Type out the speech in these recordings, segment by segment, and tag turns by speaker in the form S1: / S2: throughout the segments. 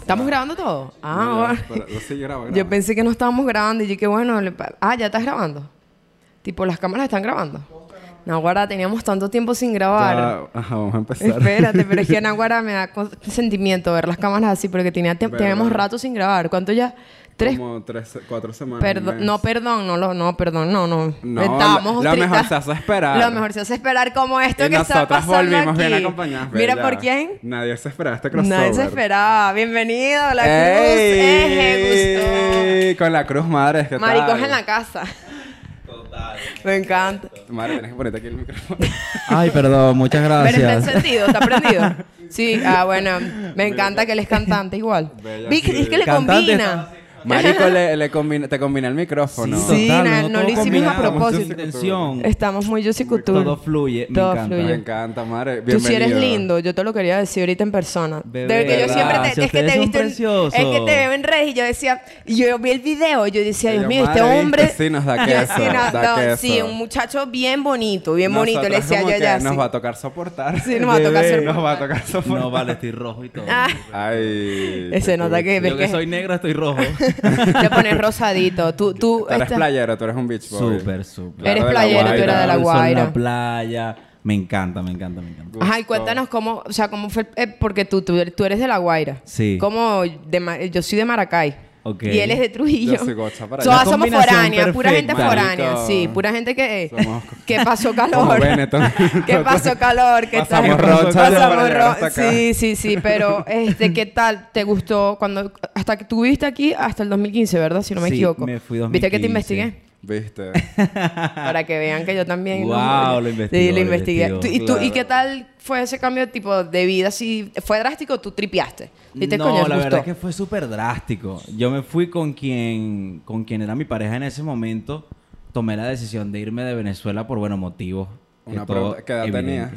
S1: ¿Estamos grabando todo?
S2: No,
S1: Ah,
S2: ya,
S1: bueno.
S2: pero- no sé, yo grabo,
S1: Yo
S2: grabo.
S1: pensé que no estábamos grabando y yo que bueno, le pa- ah, ya estás grabando. Tipo, las cámaras están grabando. Naguara, teníamos tanto tiempo sin grabar.
S2: Ya, ajá, vamos a empezar.
S1: Espérate, pero es que Naguara me da con- sentimiento ver las cámaras así, porque tenía tem-
S2: Verdad.
S1: teníamos rato sin grabar. ¿Cuánto ya? Tres.
S2: Como tres, cuatro semanas.
S1: Perdo-
S2: un mes.
S1: no, perdón, no, lo- no, perdón, no, no.
S2: No,
S1: Estábamos
S2: la- lo
S1: tristes.
S2: mejor se hace esperar.
S1: Lo mejor se hace esperar como esto
S2: Y
S1: que está
S2: nosotras
S1: pasando
S2: volvimos bien
S1: aquí.
S2: acompañadas.
S1: Mira,
S2: bella.
S1: ¿por quién?
S2: Nadie se esperaba este crossover.
S1: Nadie se esperaba. Bienvenido, la cruz. Eje,
S2: ¡Ey! Con la cruz, madre. Es que
S1: gustó. Maricos
S2: tal.
S1: en la casa. Total. Me encanta.
S2: Madre, tienes que ponerte aquí el micrófono.
S3: Ay, perdón, muchas
S1: Pero está
S3: gracias.
S1: encendido, está prendido. Sí, ah, bueno. Me encanta que él es cantante igual.
S2: Bella,
S1: Vi que
S2: sí.
S1: es que le
S3: Cantante
S1: combina.
S2: Marico, le, le combina- te combina el micrófono.
S1: Sí, na- no lo
S3: todo
S1: hicimos a
S3: combinado,
S1: propósito.
S3: Sin intención.
S1: Estamos muy Juicy Couture.
S3: Todo fluye, me
S1: Todo
S3: encanta.
S1: fluye.
S2: Me encanta, madre.
S1: Tú sí eres
S2: Bienvenido.
S1: lindo, yo te lo quería decir ahorita en persona.
S3: Bebé,
S1: de que yo
S2: ¿verdad?
S1: siempre te,
S3: Si
S1: es que
S3: ustedes
S1: te he
S3: son
S1: visto en-
S3: preciosos.
S1: es que te veo en redes y yo decía, y yo vi el video, yo decía,
S2: Y
S1: Dios
S2: yo,
S1: mío, este
S2: madre,
S1: hombre
S2: viste, sí, nos da
S1: Yo
S2: queso,
S1: decía, no,
S2: da
S1: no,
S2: queso.
S1: sí, un muchacho bien bonito, bien bonito, le
S2: Nosotras
S1: decía
S2: como
S1: yo
S2: que
S1: ya.
S2: Nos
S1: sí.
S2: va a tocar soportar.
S1: Sí, nos va a tocar
S2: Bebé,
S1: soportar.
S2: Nos va a tocar soportar.
S3: No vale, estoy rojo y todo.
S1: Ah,
S2: Ay.
S1: Ese nota que ves
S3: Yo que
S1: que
S3: soy negro, estoy rojo.
S1: te pones rosadito, tú tú
S2: Tú eres
S1: estás-
S2: playero, tú eres un beach boy.
S3: Súper, súper.
S2: Claro,
S1: Eres
S2: de la
S1: playero, tú
S2: Guaira.
S1: eras de la
S3: El sol,
S1: Guaira.
S3: la playa. Me encanta, me encanta, me encanta.
S1: Ajá, y cuéntanos cómo, o sea, cómo fue, eh, porque tú, tú, tú eres de La Guaira.
S3: Sí.
S1: Como de, Ma- yo soy de Maracay.
S3: Ok.
S1: Y él es de Trujillo.
S2: Yo soy gocha para allá.
S1: Todas
S3: La
S1: somos
S3: combinación
S1: foráneas, pura gente
S3: perfecta.
S1: foránea,
S2: Marico.
S1: sí, pura gente que,
S2: Somos-
S1: que pasó
S2: Como
S1: calor.
S2: Benetton.
S1: que pasó calor, que tal.
S2: Pasamos
S3: rocha de
S2: para
S1: pasamos
S2: llegar
S1: ro-
S2: hasta acá.
S1: Sí, sí, sí, pero este, ¿qué tal? ¿Te gustó cuando hasta que tú viviste aquí hasta el 2015, verdad? Si no me
S3: Sí,
S1: equivoco.
S3: me fui
S1: ¿Viste que te
S3: 2015.
S1: investigué?
S2: Viste.
S1: Para que vean que yo también.
S3: Ah. Guau, lo
S1: Sí,
S3: investigó,
S1: lo
S3: lo
S1: investigué.
S3: investigó.
S1: Tú- ¿Y, tú, ¿Y
S2: Claro.
S1: qué tal fue ese cambio tipo de vida? Si ¿Fue drástico o tú tripiaste? ¿Viste,
S3: no,
S1: coño,
S3: la
S1: gustó?
S3: verdad es que fue súper drástico. Yo me fui con quien, con quien era mi pareja en ese momento. Tomé la decisión de irme de Venezuela por buenos motivos. que
S2: Una
S3: todo
S2: pregunta, ¿qué edad tenías?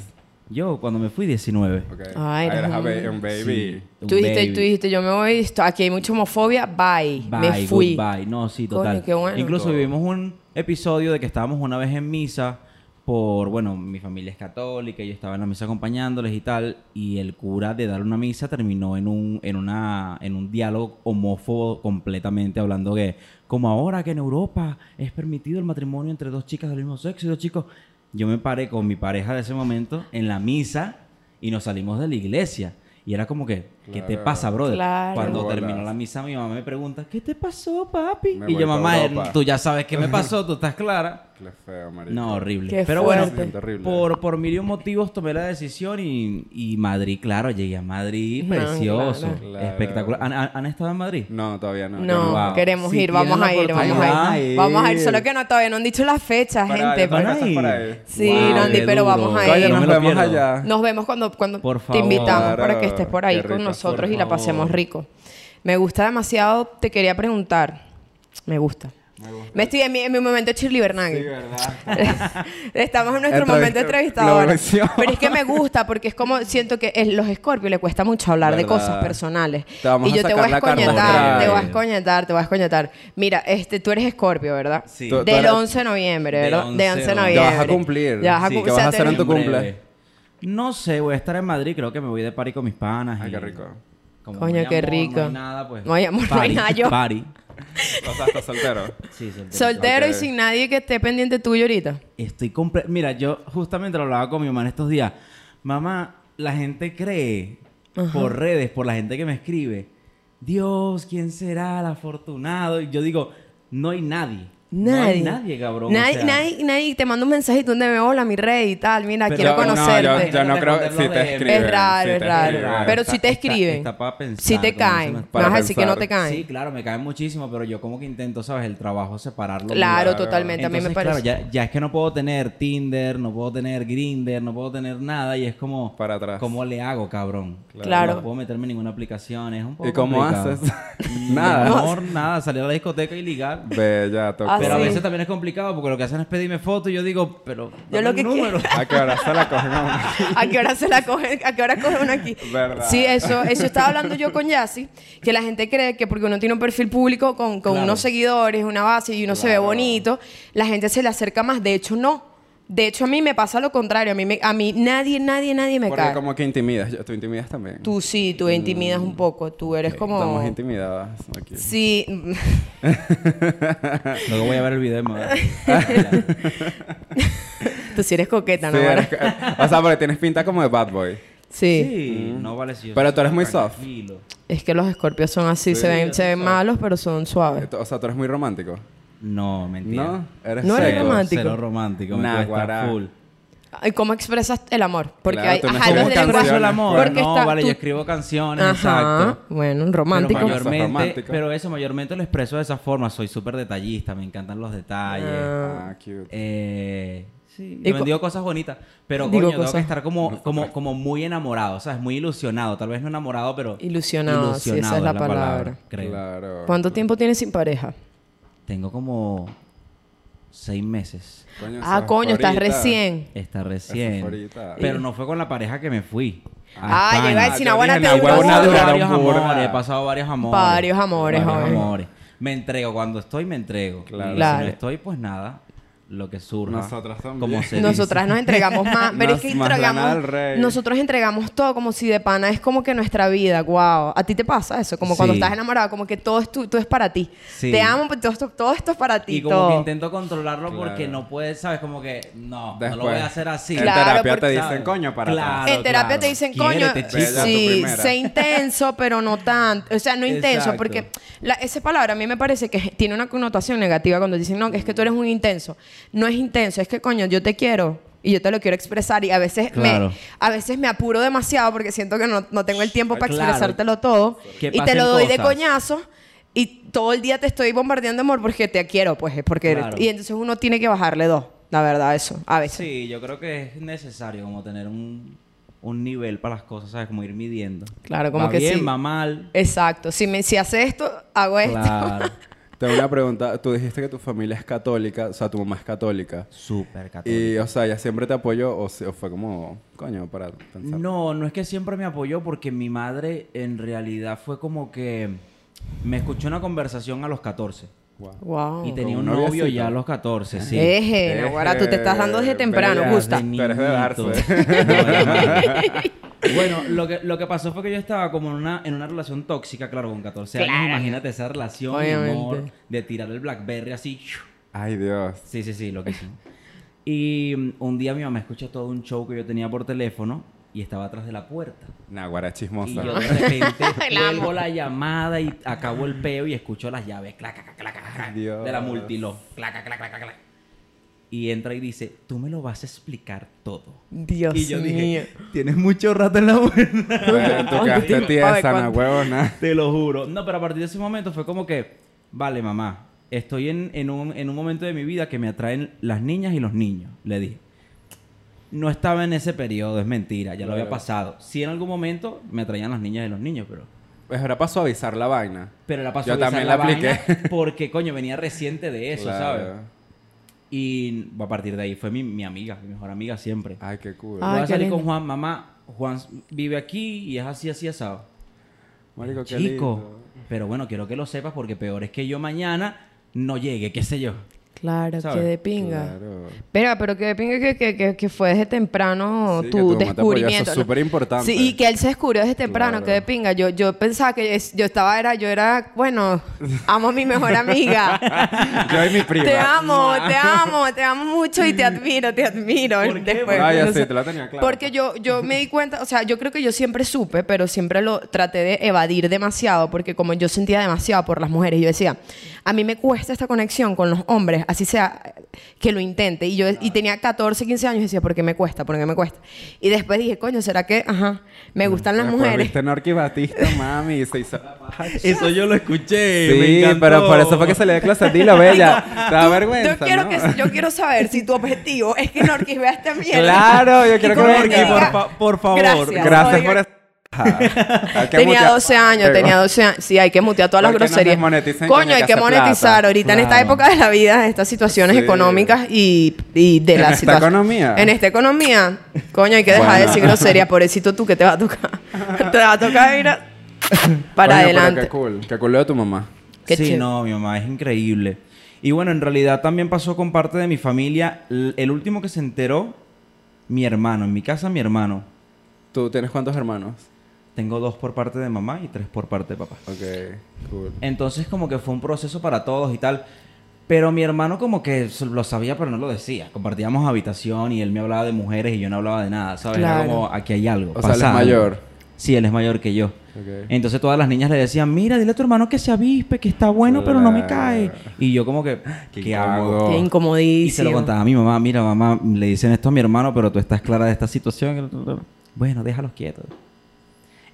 S3: Yo, cuando me fui, 19.
S2: Ok.
S1: Ay,
S2: eres
S1: eres
S2: a
S1: un-
S2: ba- un baby.
S3: Sí, un
S1: Tú dijiste,
S3: baby.
S1: tú dijiste, yo me voy, esto- aquí hay mucha homofobia, bye.
S3: Bye,
S1: me fui.
S3: goodbye. No, sí,
S1: Coño,
S3: total.
S1: qué bueno.
S3: Incluso
S2: Todo.
S3: vivimos un episodio de que estábamos una vez en misa por, bueno, mi familia es católica, yo estaba en la misa acompañándoles y tal, y el cura de dar una misa terminó en un, en una, en un diálogo homófobo completamente, hablando que, como ahora que en Europa es permitido el matrimonio entre dos chicas del mismo sexo y dos chicos, yo me paré con mi pareja de ese momento en la misa y nos salimos de la iglesia. Y era como que, ¿qué te
S2: Claro.
S3: pasa, brother?
S1: Claro.
S3: Cuando
S2: Bolas.
S3: terminó la misa, mi mamá me pregunta, ¿qué te pasó, papi?
S2: Me
S3: y
S2: voy
S3: yo,
S2: pa'
S3: mamá,
S2: Europa".
S3: tú ya sabes qué me pasó, tú estás clara.
S2: Qué feo, marico.
S3: No, horrible.
S1: Qué
S3: Pero
S1: fuerte.
S3: bueno,
S2: Siento horrible.
S3: por, por mil y un motivos tomé la decisión y, y Madrid, claro, llegué a Madrid,
S1: No,
S3: precioso,
S1: claro.
S2: Claro.
S3: espectacular. ¿Han, han, han estado en Madrid?
S2: No, todavía no.
S1: No,
S3: Wow.
S1: queremos
S3: Si
S1: ir, vamos a
S3: tienen
S1: ir,
S3: la
S1: vamos a ir.
S2: oportunidad-
S1: Vamos a ir,
S2: Ay.
S1: solo que no, todavía no han dicho las fechas, gente.
S3: van
S1: pero-
S3: a ir.
S1: Sí,
S2: Wow,
S1: Nandi,
S3: qué
S1: pero
S3: duro.
S1: vamos a ir.
S3: Coño,
S2: Oye,
S3: no
S2: nos
S3: me lo
S2: vemos
S3: pierdo.
S2: allá.
S1: Nos vemos cuando, cuando
S3: Por
S1: te
S3: favor.
S1: invitamos
S2: Claro.
S1: para que estés por ahí
S2: Qué
S1: con
S2: rico,
S1: nosotros
S2: por
S1: y la pasemos
S3: favor.
S1: rico. Me gusta demasiado. Te quería preguntar. Me gusta. Me, estoy en mi, en mi momento Shirley
S2: Sí,
S1: Bernague.
S2: verdad.
S1: Estamos en nuestro
S2: Entrevista-
S1: momento entrevistador.
S2: la elección.
S1: Pero es que me gusta porque es como siento que es- los escorpios le cuesta mucho hablar de
S2: Verdad.
S1: cosas personales.
S2: Te vamos
S1: y
S2: a
S1: yo te
S2: sacar
S1: voy a
S2: la carta
S1: escoñetar,
S3: astral.
S1: te voy a escoñetar, te voy a escoñetar. Mira, este, tú eres escorpio, ¿verdad?
S3: Sí.
S2: Tú- tú
S1: Del
S2: eres-
S1: 11 de noviembre,
S3: Del
S1: ¿verdad? De 11 de
S3: 11
S1: noviembre.
S2: Ya vas a cumplir.
S1: Ya vas a
S3: Sí.
S1: cum-
S2: ¿Qué
S1: o
S2: vas
S1: sea,
S2: a hacer en
S1: tenés-
S2: tu
S3: En breve.
S2: cumple?
S3: No sé, voy a estar en Madrid, creo que me voy de party con mis panas.
S2: Ay,
S3: y
S2: qué rico.
S3: como
S1: Coño,
S3: no hay
S1: qué
S3: amor,
S1: rico.
S3: No hay nada, pues.
S1: No hay amor, no hay
S3: party,
S1: nada, yo.
S3: Party.
S2: O sea, estás soltero.
S3: Sí, soltero.
S1: Soltero y
S2: Ok.
S1: sin nadie que esté pendiente tuyo ahorita.
S3: Estoy comple Mira, yo justamente lo hablaba con mi mamá en estos días. Mamá, la gente cree por redes, por la gente que me escribe, Dios, ¿quién será el afortunado? Y yo digo, no hay nadie. No
S1: Nadie.
S3: hay nadie, cabrón. o
S1: Nadie,
S3: sea,
S1: nadie, nadie te manda un mensajito donde me hola, mi rey y tal. Mira,
S3: Pero-
S1: quiero
S3: No, no,
S1: conocerte.
S2: yo, yo no creo. Si te
S1: raro,
S2: escriben.
S3: Es
S2: si
S1: pues. es
S2: te
S1: raro.
S2: escriben.
S1: Pero si te
S3: está-
S1: escriben,
S3: está pa' pensar,
S1: Si te
S3: como dicen
S1: caen.
S3: los-
S1: No vas a
S2: Para
S1: decir que no
S2: pensar.
S1: te caen.
S3: Sí, claro, me caen muchísimo, pero yo como que intento, ¿sabes? El trabajo separarlo.
S1: claro,
S2: claro.
S1: totalmente. a mí me
S3: Entonces,
S1: parece.
S3: claro, ya, ya es que no puedo tener Tinder, no puedo tener Grinder, no puedo tener nada y es como...
S2: Para atrás.
S3: ¿Cómo le hago, cabrón?
S1: Claro. Claro.
S3: No puedo meterme en ninguna aplicación, es un poco
S2: ¿Y cómo
S3: complicado.
S2: haces?
S3: Mm,
S2: Nada.
S3: mi amor, nada, salir a la discoteca y ligar.
S2: Bella, tocó.
S1: Ah,
S3: Pero a
S1: sí.
S3: veces también es complicado porque lo que hacen es pedirme fotos y yo digo, pero... dame
S1: lo
S3: el
S1: que
S3: número.
S2: ¿A qué hora se la cogen a uno?
S1: ¿A qué hora se la coge? ¿A qué hora coge uno aquí?
S2: Verdad.
S1: Sí, eso, eso estaba hablando yo con Yassi, que la gente cree que porque uno tiene un perfil público con, con
S3: Claro.
S1: unos seguidores, una base y uno se ve
S2: Claro.
S1: bonito, la gente se le acerca más. De hecho, no. De hecho, a mí me pasa lo contrario. A mí, me- a mí nadie, nadie, nadie me
S2: Porque
S1: cae.
S2: como que intimidas. Yo- Tú intimidas también.
S1: Tú sí, tú intimidas un poco. Tú eres como...
S2: Estamos intimidadas aquí.
S1: Sí,
S3: Luego voy a ver el video y me voy a-
S1: tú sí eres coqueta, ¿no?
S2: Sí,
S1: Mara?
S2: eres- o sea, porque tienes pinta como de bad boy.
S1: Sí.
S3: Sí, no vale si yo
S2: Pero
S3: soy
S2: tú eres muy
S3: tranquilo.
S2: soft.
S1: Es que los escorpios son así. se ven, se ven malos, pero son suaves.
S2: O sea, tú eres muy romántico.
S3: No, mentira.
S2: ¿No? Eres
S1: No eres
S2: seco.
S1: romántico.
S3: Cero romántico, me
S2: Nah,
S3: cuesta
S2: guará.
S3: full.
S1: Ay, ¿Cómo expresas el amor? Porque
S2: Claro,
S1: hay...
S2: tú no
S1: ajá,
S2: escribes
S1: los del
S2: canciones.
S1: lenguaje-
S3: el amor.
S1: Porque
S3: no,
S1: está
S3: vale,
S1: tú-
S3: yo escribo canciones,
S1: Ajá.
S3: exacto.
S1: Bueno,
S3: Pero
S1: romántico.
S2: mayor-
S3: mayormente,
S2: romántico.
S3: pero eso mayormente lo expreso de esa forma. Soy súper detallista, me encantan los detalles.
S2: Ah, cute.
S3: Eh, sí,
S1: Y
S3: me
S1: co-
S3: digo cosas bonitas, pero
S1: Digo
S3: coño, tengo que
S1: cosas-
S3: estar como, como, como muy enamorado, ¿sabes? Muy ilusionado, tal vez no enamorado, pero
S1: Ilusionado, sí, esa es la palabra.
S3: creo.
S2: Claro.
S1: ¿Cuánto tiempo tienes sin pareja?
S3: Tengo como seis meses.
S2: Coño, eso
S1: Ah,
S2: es
S1: coño, estás
S2: ahorita.
S1: recién.
S3: Está recién.
S2: fue ahorita.
S3: Pero no fue con la pareja que me fui.
S1: Ah,
S3: España.
S1: llegó a decir,
S2: yo
S1: "Nahuara,
S2: dije,
S1: te
S2: "Nahuara,
S1: duró
S3: He
S2: una
S1: solo".
S3: pasado
S2: duraron
S3: varios
S2: burda".
S3: amores, he pasado varios amores.
S1: Varios amores,
S3: Varios
S1: joven.
S3: amores. Me entrego, cuando estoy me entrego.
S2: Claro.
S3: Y
S1: Claro.
S3: Si no estoy, pues nada, lo que surja.
S2: Nosotras también.
S3: Como se dice.
S1: Nosotras nos entregamos más, pero es que
S2: Más- más lana
S1: entregamos,
S2: del rey.
S1: nosotros entregamos todo como si de pana es como que nuestra vida, wow. ¿A ti te pasa eso? Como cuando
S3: Sí.
S1: estás enamorado, como que todo es tu, todo es para ti.
S3: Sí.
S1: Te amo, pero todo esto, todo esto es para ti.
S3: Y como
S1: todo.
S3: que intento controlarlo porque
S2: Claro.
S3: no puedes, ¿sabes? Como que no,
S2: Después.
S3: no lo voy a hacer así.
S2: En
S1: Claro,
S2: terapia
S1: porque-
S2: te dicen
S3: ¿sabes?
S2: coño para
S3: Ah, Claro.
S2: atrás.
S1: en terapia te dicen, coño,
S3: Quiérete,
S2: chico. Bella tu
S1: sí,
S2: primera.
S1: sé intenso, pero no tanto. O sea, no intenso,
S3: Exacto.
S1: porque la- esa palabra a mí me parece que tiene una connotación negativa cuando dicen, no, que es que tú eres un intenso. No es intenso, es que, coño, yo te quiero y yo te lo quiero expresar y a veces,
S3: Claro.
S1: me, a veces me apuro demasiado porque siento que no, no tengo el tiempo para
S3: Ah, Claro.
S1: expresártelo todo
S3: Que
S1: y te
S3: pasen
S1: lo doy de
S3: cosas.
S1: coñazo. Y todo el día te estoy bombardeando amor porque te quiero, pues, es porque...
S3: Claro.
S1: Y entonces uno tiene que bajarle dos, la verdad, eso, a veces.
S3: Sí, yo creo que es necesario como tener un, un nivel para las cosas, ¿sabes? Como ir midiendo.
S1: Claro, como
S3: Va
S1: que
S3: bien,
S1: sí. Pues,
S3: va mal.
S1: Exacto. Si, me, si hace esto, hago esto.
S3: Claro.
S2: Tengo una pregunta. Tú dijiste que tu familia es católica, o sea, tu mamá es católica.
S3: Súper católico.
S2: Y, o sea, ella siempre te apoyó o, se- o fue como, coño, para pensar.
S3: No, no es que siempre me apoyó porque mi madre en realidad fue como que me escuchó una conversación a los 14
S2: Wow.
S1: Wow.
S3: y tenía
S2: Con
S3: un
S2: un
S3: novio
S2: noviocito.
S3: ya a los 14, sí.
S1: Eje, Naguará, tú te estás dando desde
S2: Eh,
S1: temprano,
S2: bella,
S1: gusta.
S3: desde
S2: Tú eres de
S3: niñito.
S2: darse.
S3: Bueno, lo que, lo que pasó fue que yo estaba como en una, en una relación tóxica, claro, con 14 años.
S1: Claro.
S3: Imagínate esa relación, mi
S1: Obviamente.
S3: amor, de tirar el Blackberry así.
S2: Ay, Dios.
S3: Sí, sí, sí, lo que hicimos. Y mm, un día mi mamá escuchó todo un show que yo tenía por teléfono y estaba atrás de la puerta.
S2: Naguara
S3: Y
S2: chismosa.
S3: yo de repente
S1: El amo.
S3: vuelvo la llamada y acabo el peo y escucho las llaves clac, clac, clac, clac, clac,
S2: Dios.
S3: de la multilo. Clac, clac, clac, clac, clac. Y entra y dice, tú me lo vas a explicar todo.
S1: Dios
S3: y yo
S1: mío.
S3: dije, tienes mucho rato en la buena.
S2: Eh, Tú quedaste
S1: Ay,
S2: tiesa,
S1: ¿cuánto?
S2: na huevona.
S3: Te lo juro. No, pero a partir de ese momento fue como que, vale, mamá, estoy en, en un, en un momento de mi vida que me atraen las niñas y los niños, le dije. No estaba en ese periodo, es mentira, ya lo había
S2: Claro.
S3: pasado. Sí, en algún momento me atraían las niñas y los niños, pero...
S2: Pues ahora pasó a avisar la vaina.
S3: Pero la pasó
S2: Yo
S3: a avisar
S2: también la
S3: vaina
S2: apliqué.
S3: Porque, coño, venía reciente de eso, ¿sabes? Y a partir de ahí fue mi, mi amiga, mi mejor amiga siempre.
S2: Ay, qué cool.
S1: Ah.
S3: Voy
S1: Ay,
S3: a
S1: qué
S3: salir
S1: lindo.
S3: con Juan, mamá. Juan vive aquí y es así, así, asado.
S2: Marico, qué
S3: Chico.
S2: lindo.
S3: Pero bueno, quiero que lo sepas porque peor es que yo mañana no llegue, qué sé yo.
S1: Claro,
S3: ¿Sabes?
S1: qué de pinga.
S2: Claro.
S1: Pero, pero qué de pinga que, que, que, que fue desde temprano
S2: Sí, que
S1: tu
S2: tu mamá te apoyó,
S1: descubrimiento.
S2: eso es súper importante.
S1: Sí, y que él se descubrió desde temprano,
S2: Claro.
S1: qué de pinga. Yo, yo pensaba que es- yo estaba, era, yo era, bueno, amo a mi mejor amiga.
S2: Yo y mi prima.
S1: te amo, te amo, te amo mucho y te admiro, te admiro.
S3: ¿Por qué?
S1: Después,
S2: Ah, ya
S1: no
S2: sé,
S1: sé.
S2: te la tenía clara.
S1: Porque yo, yo me di cuenta, o sea, yo creo que yo siempre supe, pero siempre lo traté de evadir demasiado, porque como yo sentía demasiado por las mujeres, yo decía, a mí me cuesta esta conexión con los hombres, así sea eh, que lo intente. Y yo y tenía 14, 15 años y decía, ¿por qué me cuesta? ¿Por qué me cuesta? Y después dije, coño, ¿será que, ajá,
S2: Mm,
S1: me gustan las
S2: Después
S1: mujeres?
S2: Viste Norky Batista, mami, y se hizo la paja.
S3: Eso yo lo escuché.
S2: Sí, pero por eso fue que salió de closet. Dilo, bella. Te da vergüenza,
S1: Yo quiero,
S2: ¿no?
S1: que, yo quiero saber si tu objetivo es que Norquis vea esta mierda.
S2: Claro, yo quiero que
S1: como
S2: Norquis,
S1: diga,
S3: por fa- por favor,
S1: Gracias,
S2: Gracias
S1: oiga,
S2: por esa paja. Hay que
S1: Tenía
S2: mutear-
S1: 12 años,
S2: Pero-
S1: tenía 12 años. Sí, hay que mutear todas las
S2: Porque nos
S1: groserías.
S2: desmoneticen, coño,
S1: Coño,
S2: hay
S1: hay
S2: que
S1: que
S2: hacer
S1: monetizar
S2: plata.
S1: ahorita en esta
S3: Claro.
S1: época de la vida, en estas situaciones
S2: Sí.
S1: económicas y, y de
S2: En
S1: la
S2: esta
S1: situación.
S2: economía.
S1: En esta economía. Coño, hay que dejar de
S2: Bueno.
S1: decir grosería, pobrecito tú que te va a tocar. te va a tocar ir a- para
S2: Coño, pero
S1: adelante.
S2: Qué cool. Qué cool lo de tu mamá.
S1: Qué
S3: sí,
S1: chévere.
S3: no, mi mamá es increíble. Y bueno, en realidad también pasó con parte de mi familia. L- El último que se enteró, mi hermano. En mi casa, mi hermano.
S2: ¿Tú tienes cuántos hermanos?
S3: Tengo dos por parte de mamá y tres por parte de papá.
S2: Ok, cool.
S3: Entonces como que fue un proceso para todos y tal. Pero mi hermano como que s- lo sabía pero no lo decía. Compartíamos habitación y él me hablaba de mujeres y yo no hablaba de nada, ¿sabes? Era
S1: Claro.
S3: como, aquí hay algo.
S2: O sea, él es
S3: pasa algo.
S2: mayor.
S3: Sí, él es mayor que yo.
S2: Ok.
S3: Entonces todas las niñas le decían, mira, dile a tu hermano que se avispe, que está bueno, pero no me cae.
S2: Claro.
S3: Y yo como que, "Ah,
S2: Qué
S3: ¿qué,
S2: incómodo.
S3: hago?
S1: Qué
S2: Oh.
S1: incomodísimo.
S3: Y se lo contaba a mi mamá, mira mamá, le dicen esto a mi hermano, pero tú estás clara de esta situación. Bueno, déjalos quietos.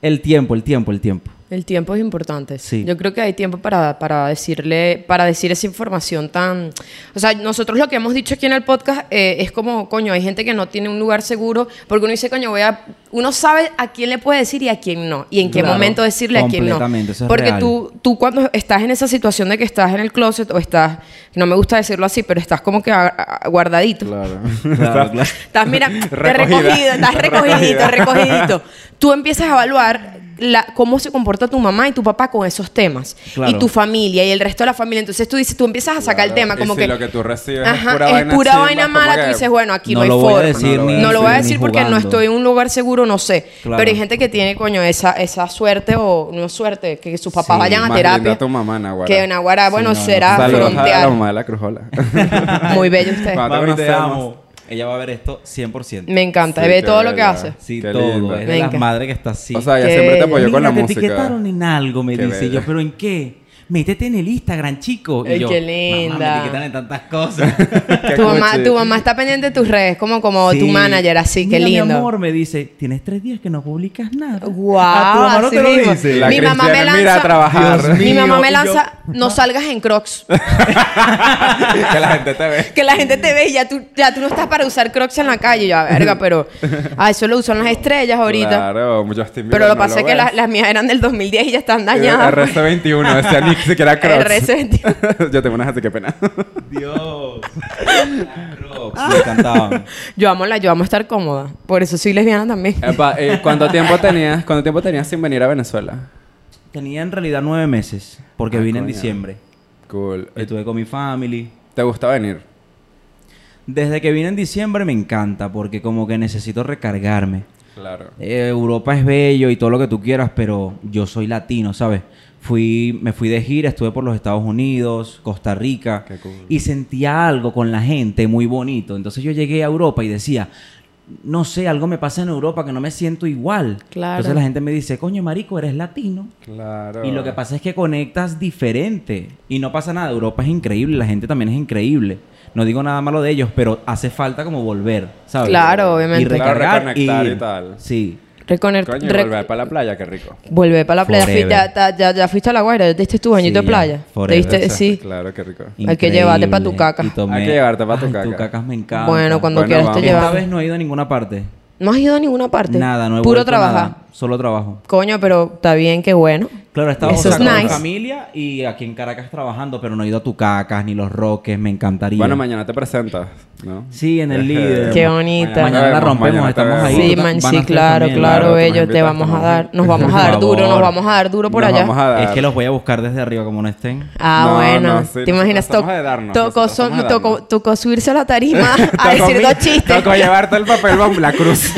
S3: El tiempo, el tiempo, el tiempo.
S1: El tiempo es importante.
S3: Sí.
S1: Yo creo que hay tiempo para, para decirle, para decir esa información tan. O sea, nosotros lo que hemos dicho aquí en el podcast eh, es como, coño, hay gente que no tiene un lugar seguro, porque uno dice, coño, voy a. Uno sabe a quién le puede decir y a quién no. Y en qué
S3: Claro,
S1: momento decirle a quién no.
S3: completamente, eso es
S1: porque
S3: real.
S1: tú, tú cuando estás en esa situación de que estás en el closet, o estás, no me gusta decirlo así, pero estás como que a- a- guardadito.
S2: Claro.
S3: Claro, claro.
S1: Estás, mira, te
S2: Recogida.
S1: recogido, estás recogidito,
S2: Recogida.
S1: recogidito. Tú empiezas a evaluar la- cómo se comporta tu mamá y tu papá con esos temas.
S3: Claro.
S1: Y tu familia y el resto de la familia. Entonces tú dices, tú empiezas a sacar el tema
S2: Y
S1: como
S2: si
S1: que...
S2: lo que tú recibes
S1: Ajá,
S2: es pura vaina
S1: pura
S2: chimba,
S1: vaina
S2: como
S1: mala,
S2: que-
S1: tú dices, bueno, aquí
S3: No
S1: no hay
S3: lo voy a
S1: forma.
S3: decir
S1: no,
S2: ni-
S1: lo voy a
S2: ni
S1: decir porque no
S3: jugando.
S1: estoy en un lugar seguro, no sé.
S3: Claro.
S1: Pero hay gente que tiene, coño, esa, esa suerte o no suerte, que sus papás
S3: Sí,
S1: vayan a
S2: más
S1: terapia.
S2: linda tu mamá, Naguará.
S1: Que Naguará, bueno,
S3: no, no.
S1: será
S2: Saludos a la
S1: frontear.
S2: mamá de la crujola.
S1: Muy bello usted.
S2: Cuando
S3: Mami, te
S2: conocemos.
S3: amo. Ella va a ver esto 100%.
S1: Me encanta,
S2: Sí,
S1: ve
S2: qué
S1: todo lo que
S2: bella.
S1: hace.
S3: sí,
S2: Qué
S3: todo.
S2: linda.
S3: Es
S1: Me
S3: de las
S1: encanta.
S3: madres que está así.
S2: O sea, ella
S1: Qué
S2: siempre te
S1: bella.
S2: apoyó pues, con la
S3: Mira, te
S2: música.
S3: etiquetaron en algo, me
S2: Qué
S3: dice
S2: bella.
S3: yo, pero ¿en qué? Métete en el Instagram, chico. Y
S1: Ay,
S3: yo,
S1: qué
S3: "Mamá,
S1: linda".
S3: me etiquetan en tantas cosas.
S2: Qué
S1: Tu mamá,
S2: cuchi.
S1: tu mamá está pendiente de tus redes, como, como
S3: Sí.
S1: tu manager, así,
S3: Mira,
S1: qué lindo.
S3: Mi amor me dice, tienes tres días que no publicas nada. A tu
S1: Guau,
S3: mamá no
S1: así
S3: te lo
S1: mismo.
S3: dice.
S2: La
S1: Mi mamá me
S2: Cristiana,
S1: lanza.
S2: mira a trabajar.
S1: Mi
S3: Mío,
S1: mamá me
S3: y yo-
S1: lanza, no salgas en Crocs.
S2: que la gente te ve.
S1: Que la gente te ve y ya tú, ya tú no estás para usar Crocs en la calle. Ya, verga, pero. Ah, eso lo usan las estrellas ahorita.
S2: Claro, muchos Justin
S1: Pero lo
S2: Bieber no
S1: que pasa es que
S2: ves. Eh,
S1: las, las mías eran del 2010 y ya están dañadas. pues.
S2: RC21, decía Nick, siquiera Crocs.
S1: RC21.
S2: Yo tengo unas así que pena.
S3: Dios. Las Crocs, me encantaban.
S1: Yo amo la, yo amo estar cómoda. Por eso soy lesbiana también.
S2: Epa, eh, ¿cuánto, tiempo tenías, ¿Cuánto tiempo tenías sin venir a Venezuela?
S3: Tenía en realidad nueve meses, porque
S2: Ah,
S3: vine en
S2: coño.
S3: diciembre.
S2: Cool. Eh,
S3: Estuve con mi family.
S2: ¿Te gusta venir?
S3: Desde que vine en diciembre me encanta, porque como que necesito recargarme.
S2: Claro.
S3: Eh, Europa es bello y todo lo que tú quieras, pero yo soy latino, ¿sabes? Fui, me fui de gira, estuve por los Estados Unidos, Costa Rica,
S2: Qué cool.
S3: y sentía algo con la gente muy bonito. Entonces yo llegué a Europa y decía, no sé, algo me pasa en Europa que no me siento igual.
S1: Claro.
S3: Entonces la gente me dice, coño, marico, eres latino.
S2: Claro.
S3: Y lo que pasa es que conectas diferente y no pasa nada. Europa es increíble, la gente también es increíble. No digo nada malo de ellos, pero hace falta como volver, ¿sabes?
S1: Claro, obviamente.
S3: Y
S1: Claro,
S3: recargar
S2: reconectar
S3: y,
S2: y tal.
S3: Sí.
S1: Reconer-
S2: Coño, y
S1: rec-
S2: volver para la playa, qué rico.
S1: Volver para la playa. Fui-
S3: Forever.
S1: ya, ta- ya, ya fuiste a la guaira, ya te diste tu bañito
S3: Sí,
S1: de
S3: ya.
S1: playa. Te
S3: Forever.
S1: diste-
S3: Exacto.
S1: Eh, sí.
S2: Claro, qué rico.
S1: Hay que llevarte pa' tu
S3: Increíble.
S1: caca.
S3: Y tomé-
S2: Hay que llevarte pa' tu
S3: Ay,
S2: caca.
S3: Tu caca me encanta.
S1: Bueno, cuando
S2: Bueno,
S1: quieras te
S2: vamos.
S3: Esta
S1: llevamos.
S3: vez no he ido a ninguna parte.
S1: No has ido a ninguna parte.
S3: Nada, no he
S1: Puro
S3: vuelto
S1: trabajar.
S3: nada. Solo trabajo.
S1: Coño, pero está bien, qué bueno.
S3: Claro, he estado
S1: Eso
S3: o
S1: es
S3: sea, con
S1: nice.
S3: familia y aquí en Caracas trabajando, pero no he ido a tu cacas ni los roques, me encantaría.
S2: Bueno, mañana te presentas, ¿no?
S3: Sí, en el líder.
S1: Qué bonita.
S3: Mañana la
S2: te vemos,
S3: rompemos,
S2: mañana te
S3: estamos ahí.
S2: vemos.
S1: Sí,
S3: tú ta-
S1: man,
S3: van
S1: sí,
S3: a hacer
S1: claro, claro,
S3: también.
S2: Claro, tú me
S1: bello. Te
S2: invitas,
S1: vamos a
S2: estamos
S1: dar,
S2: juntos.
S1: nos vamos a dar
S3: Por
S1: duro, nos
S3: favor.
S1: vamos a dar duro por
S2: Nos
S1: allá.
S2: vamos a dar.
S3: Es que los voy a buscar desde arriba como no estén.
S1: Ah,
S2: No,
S1: bueno.
S2: no, sí,
S1: ¿Te imaginas?
S2: nosotros
S1: To-
S2: somos de darnos,
S1: tocó,
S2: nosotros somos
S1: son-
S2: de
S1: tocó,
S2: darnos.
S1: tocó subirse a la tarima a
S2: Tocó
S1: decir
S2: mi-
S1: dos chistes.
S2: Tocó llevarte el papel bomb, la cruz.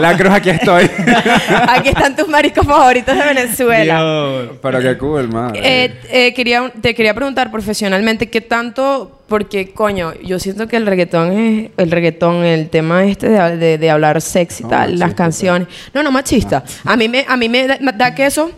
S2: La cruz, aquí estoy.
S1: Aquí están tus maricos favoritos de Venezuela.
S2: Pero qué cool, madre.
S1: Eh, eh, quería, un- te quería preguntar profesionalmente qué tanto, porque coño, yo siento que el reggaetón es el reggaetón, el tema este de, de- de hablar sexy y
S2: No,
S1: tal, las
S2: machista, pues. Ah.
S1: canciones. No, no machista. A mí me, a mí me da, da que eso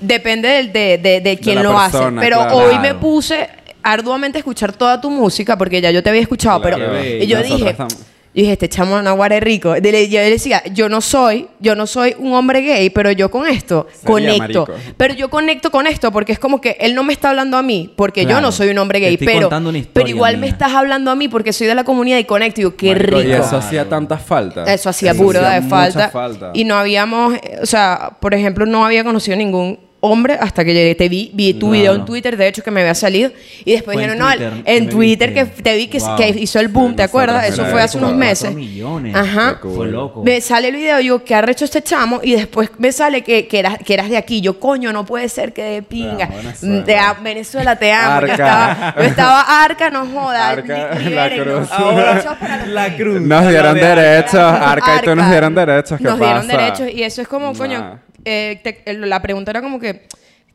S1: depende del- de, de, de quien
S2: la
S1: lo
S2: persona,
S1: hace. Pero
S2: claro.
S1: hoy me
S3: Claro.
S1: puse arduamente a escuchar toda tu música, porque ya yo te había escuchado,
S2: Claro.
S1: pero
S2: Qué
S1: y yo
S2: bello.
S1: dije.
S2: Nosotros tam-
S1: Yo dije, este chamo naguare rico. Dele- Yo le decía, yo no soy, yo no soy un hombre gay, pero yo con esto
S2: Sería
S1: conecto.
S2: marico.
S1: Pero yo conecto con esto porque es como que él no me está hablando a mí porque yo
S3: Claro.
S1: no soy un hombre
S3: Te
S1: gay,
S3: estoy
S1: pero,
S3: contando una
S1: pero
S3: historia
S1: igual me
S3: mía.
S1: estás hablando a mí porque soy de la comunidad y conecto. Y yo, qué
S2: Marico,
S1: rico.
S2: Y eso
S1: Eso,
S2: hacía tantas faltas.
S1: hacía burda de
S2: mucha
S1: falta.
S2: falta.
S1: Y no habíamos, eh, o sea, por ejemplo, no había conocido ningún hombre hasta que llegué. Te vi, vi tu
S3: Claro.
S1: video en Twitter, de hecho, que me había salido. Y después
S3: Fue en
S1: dijeron, no,
S3: Twitter que
S1: en
S3: me
S1: Twitter que
S3: viste.
S1: te vi que,
S3: Wow.
S1: que hizo el boom,
S2: Sí,
S1: ¿te
S2: nosotros
S1: acuerdas?
S2: era
S1: Eso
S2: de
S1: fue hace
S2: como
S1: unos
S2: cuatro
S1: meses.
S3: millones.
S1: Ajá.
S2: Qué cool.
S3: Fue loco.
S1: Me sale el video, digo, ¿qué ha hecho este chamo? Y después me sale que, que, eras, que eras de aquí. Yo, coño, no puede ser que de pinga.
S2: amo,
S1: Mm,
S2: Venezuela.
S1: Te amo, Venezuela, te amo. Yo
S2: Arca.
S1: estaba, yo estaba arca, no jodas.
S2: Arca,
S1: li-
S2: la
S1: libérennos.
S2: cruz.
S3: Ahora,
S1: Derechos para los gays.
S3: la cruz.
S2: Nos dieron
S3: La de-
S2: derechos, Arca, y tú nos
S1: Arca.
S2: dieron derechos, ¿qué
S1: Nos dieron
S2: pasa?
S1: derechos y eso es como,
S2: Nah.
S1: coño, eh, te- el- la pregunta era como que,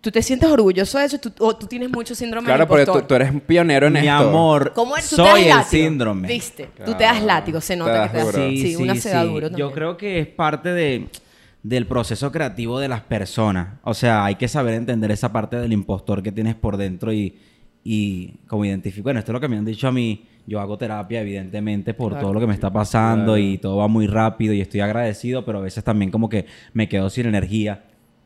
S1: ¿tú te sientes orgulloso de eso? ¿Tú, o tú tienes mucho síndrome
S2: Claro,
S1: del
S2: porque
S1: impostor?
S2: tú, tú eres un pionero en
S3: Mi
S2: esto.
S3: amor,
S1: ¿Cómo eres? ¿Tú te das
S3: soy el
S1: látigo?
S3: síndrome.
S1: Viste, tú te das
S2: Claro.
S1: látigo, se
S2: Te
S1: nota
S2: das
S1: que te das
S2: duro.
S1: látigo. Sí, una se da duro también.
S3: Yo creo que es parte de, del proceso creativo de las personas. O sea, hay que saber entender esa parte del impostor que tienes por dentro y, y como identifico. Bueno, esto es lo que me han dicho a mí. Yo hago terapia, evidentemente, por todo lo que me está pasando y todo va muy rápido y estoy agradecido, pero a veces también como que me quedo sin energía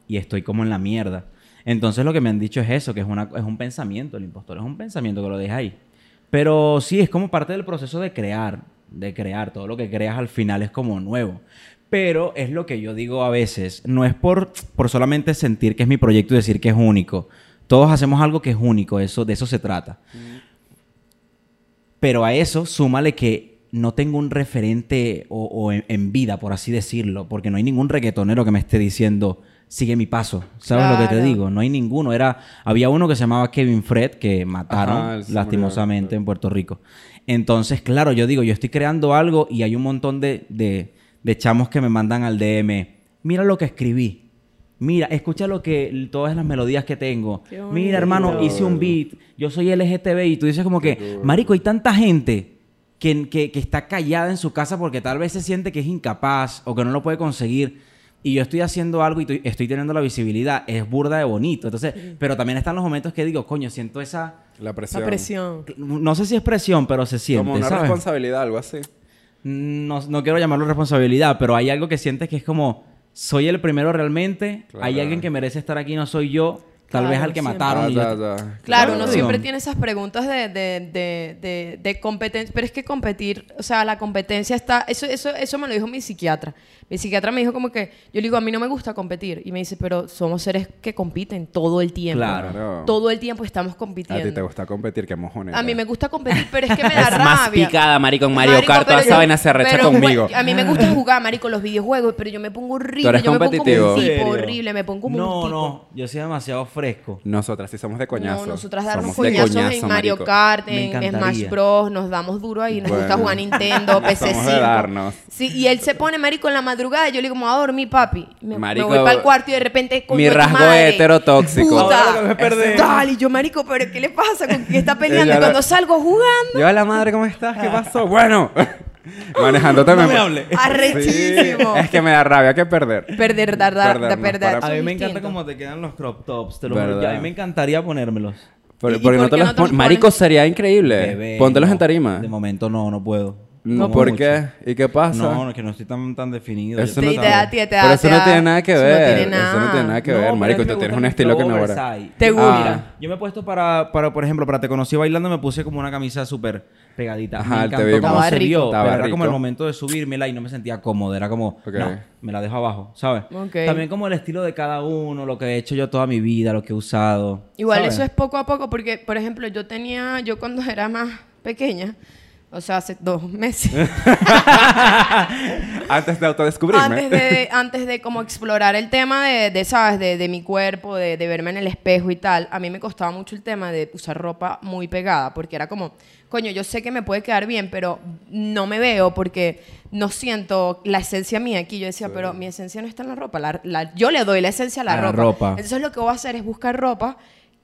S3: y estoy como en la mierda. Entonces lo que me han dicho es eso, que es, una, es un pensamiento, el impostor es un pensamiento que lo deja ahí. Pero sí, es como parte del proceso de crear, de crear. Todo lo que creas al final es como nuevo. Pero es lo que yo digo a veces, no es por, por solamente sentir que es mi proyecto y decir que es único. Todos hacemos algo que es único, eso, de eso se trata. Pero a eso súmale que no tengo un referente o, o en, en vida, por así decirlo, porque no hay ningún reggaetonero que me esté diciendo, sigue mi paso. ¿Sabes lo que te
S1: Claro.
S3: digo? No hay ninguno. Era, había uno que se llamaba Kevin Fred, que mataron
S2: Ajá, él se
S3: lastimosamente
S2: murió.
S3: en Puerto Rico. Entonces, claro, yo digo, yo estoy creando algo y hay un montón de, de- de chamos que me mandan al DM. Mira lo que escribí. Mira, escucha lo que todas las melodías que tengo.
S1: Qué bonito.
S3: Mira, hermano, hice un beat. Yo soy LGTB y tú dices como que, marico, hay tanta gente que, que- que está callada en su casa porque tal vez se siente que es incapaz o que no lo puede conseguir. Y yo estoy haciendo algo y tu- estoy teniendo la visibilidad. Es burda de bonito. Entonces, pero también están los momentos que digo, coño, siento esa...
S2: La presión.
S1: La presión.
S3: No sé si es presión, pero se siente,
S2: Como una
S3: ¿sabes?
S2: responsabilidad, algo así.
S3: no, no quiero llamarlo responsabilidad, pero hay algo que sientes que es como, soy el primero realmente, hay
S2: Claro.
S3: alguien que merece estar aquí, no soy yo, tal
S1: Claro,
S3: vez al que
S1: siempre.
S3: mataron.
S2: Ah,
S3: y yo-
S2: ya, ya.
S1: Claro, uno
S3: Claro.
S1: siempre tiene esas preguntas de, de, de, de, de competencia, pero es que competir, o sea, la competencia está, eso, eso, eso me lo dijo mi psiquiatra. Mi psiquiatra me dijo como que, yo le digo, a mí no me gusta competir, y me dice, pero somos seres que compiten todo el tiempo.
S3: Claro.
S1: Todo el tiempo estamos
S2: A ti te
S1: compitiendo.
S2: gusta competir, qué mojones.
S1: A mí me gusta competir, pero es que me da
S4: Es
S1: rabia.
S4: más picada, marico. En Mario
S1: Marico,
S4: Kart toda
S1: pero
S4: esa
S1: yo-
S4: vaina se arrecha
S1: pero,
S4: conmigo.
S1: güey, A mí me gusta jugar, marico, los videojuegos, pero yo me pongo horrible.
S2: eres
S1: yo me pongo como
S2: competitivo.
S1: un
S2: ¿En
S1: tipo
S3: serio?
S1: horrible, me pongo como
S3: no,
S1: un tipo.
S3: no, yo soy demasiado fresco.
S2: Nosotras sí somos de coñazo.
S1: No, nosotras darnos
S2: Somos de
S1: coñazos
S2: coñazo,
S1: en Mario
S2: marico.
S1: Kart, en
S3: Me
S1: Smash
S3: encantaría.
S1: Bros. Nos damos duro ahí, nos gusta
S2: Bueno.
S1: jugar Nintendo,
S2: Somos
S1: PC5.
S2: de darnos.
S1: Sí, y él se pone marico en la madrugada. Yo le digo, me voy a dormir, papi. Me, me
S2: Marico,
S1: voy para el cuarto y de repente. coño
S2: mi
S1: de tu
S2: rasgo
S1: madre.
S2: heterotóxico.
S3: Ahora lo que me
S1: Puta.
S3: perdí.
S1: Tal, y yo, marico, ¿pero qué le pasa? ¿Con qué está peleando? Y
S2: Ella la-
S1: cuando salgo jugando,
S2: Yo, la madre, ¿cómo estás? ¿Qué pasó? Bueno, manejando también.
S3: me hable.
S1: arrechísimo.
S2: es que me da rabia que perder.
S1: Perder, dar, dar,
S2: Perdernos
S1: perder.
S2: para-
S3: A
S1: Son
S3: mí me encanta
S1: distintos.
S3: cómo te quedan los crop tops, te lo juro.
S2: ¿Verdad?
S3: A mí me encantaría ponérmelos.
S1: ¿Y-
S2: Pero,
S1: y
S2: porque
S1: por
S2: no
S1: qué
S2: te los
S1: no te los
S2: pon- Marico,
S1: pones?
S2: sería increíble.
S3: Bebé,
S2: Eh, Póntelos
S3: no,
S2: en tarima.
S3: De momento no, no puedo.
S2: No,
S3: Como
S2: ¿Por
S3: mucho.
S2: qué? ¿Y qué pasa?
S3: No, no, es que no estoy tan, tan definido.
S2: Eso
S1: Sí,
S2: no
S1: te da,
S2: tiene-
S1: te da,
S2: pero eso
S1: te
S2: no
S1: da.
S2: tiene nada que
S1: Eso no
S2: ver.
S1: tiene
S2: Eso no tiene
S1: nada.
S2: nada que
S3: No,
S2: ver,
S3: pero a
S2: marico.
S3: mí me
S2: Tú tienes
S3: gusta
S2: un
S3: el
S2: estilo que no
S3: flow
S2: habrá.
S3: oversize.
S1: Te gusta.
S3: Mira, Ah, yo me he puesto para, para, por ejemplo, para Te Conocí Bailando, me puse como una camisa súper pegadita.
S2: Ajá,
S3: me
S2: te
S3: encantó
S2: vimos.
S3: cómo
S1: Estaba
S3: se
S1: rico.
S3: vio,
S2: Estaba
S3: pero era como el
S2: rico.
S3: momento de subírmela y no me sentía cómodo. Era como,
S2: Ok.
S3: no, me la dejo abajo, ¿sabes?
S1: Ok.
S3: También como el estilo de cada uno, lo que he hecho yo toda mi vida, lo que he usado.
S1: Igual
S3: ¿sabes?
S1: eso es poco a poco, porque, por ejemplo, yo tenía, yo cuando era más pequeña, o sea, hace dos meses,
S2: Antes de autodescubrirme.
S1: antes de, antes de como explorar el tema de, de, ¿sabes? De, de mi cuerpo, de, de verme en el espejo y tal, a mí me costaba mucho el tema de usar ropa muy pegada, porque era como, coño, yo sé que me puede quedar bien, pero no me veo porque no siento la esencia mía aquí. Yo decía, pero mi esencia no está en la ropa, la- la- yo le doy la esencia a la,
S3: A la
S1: ropa.
S3: ropa.
S1: Entonces lo que voy a hacer es buscar ropa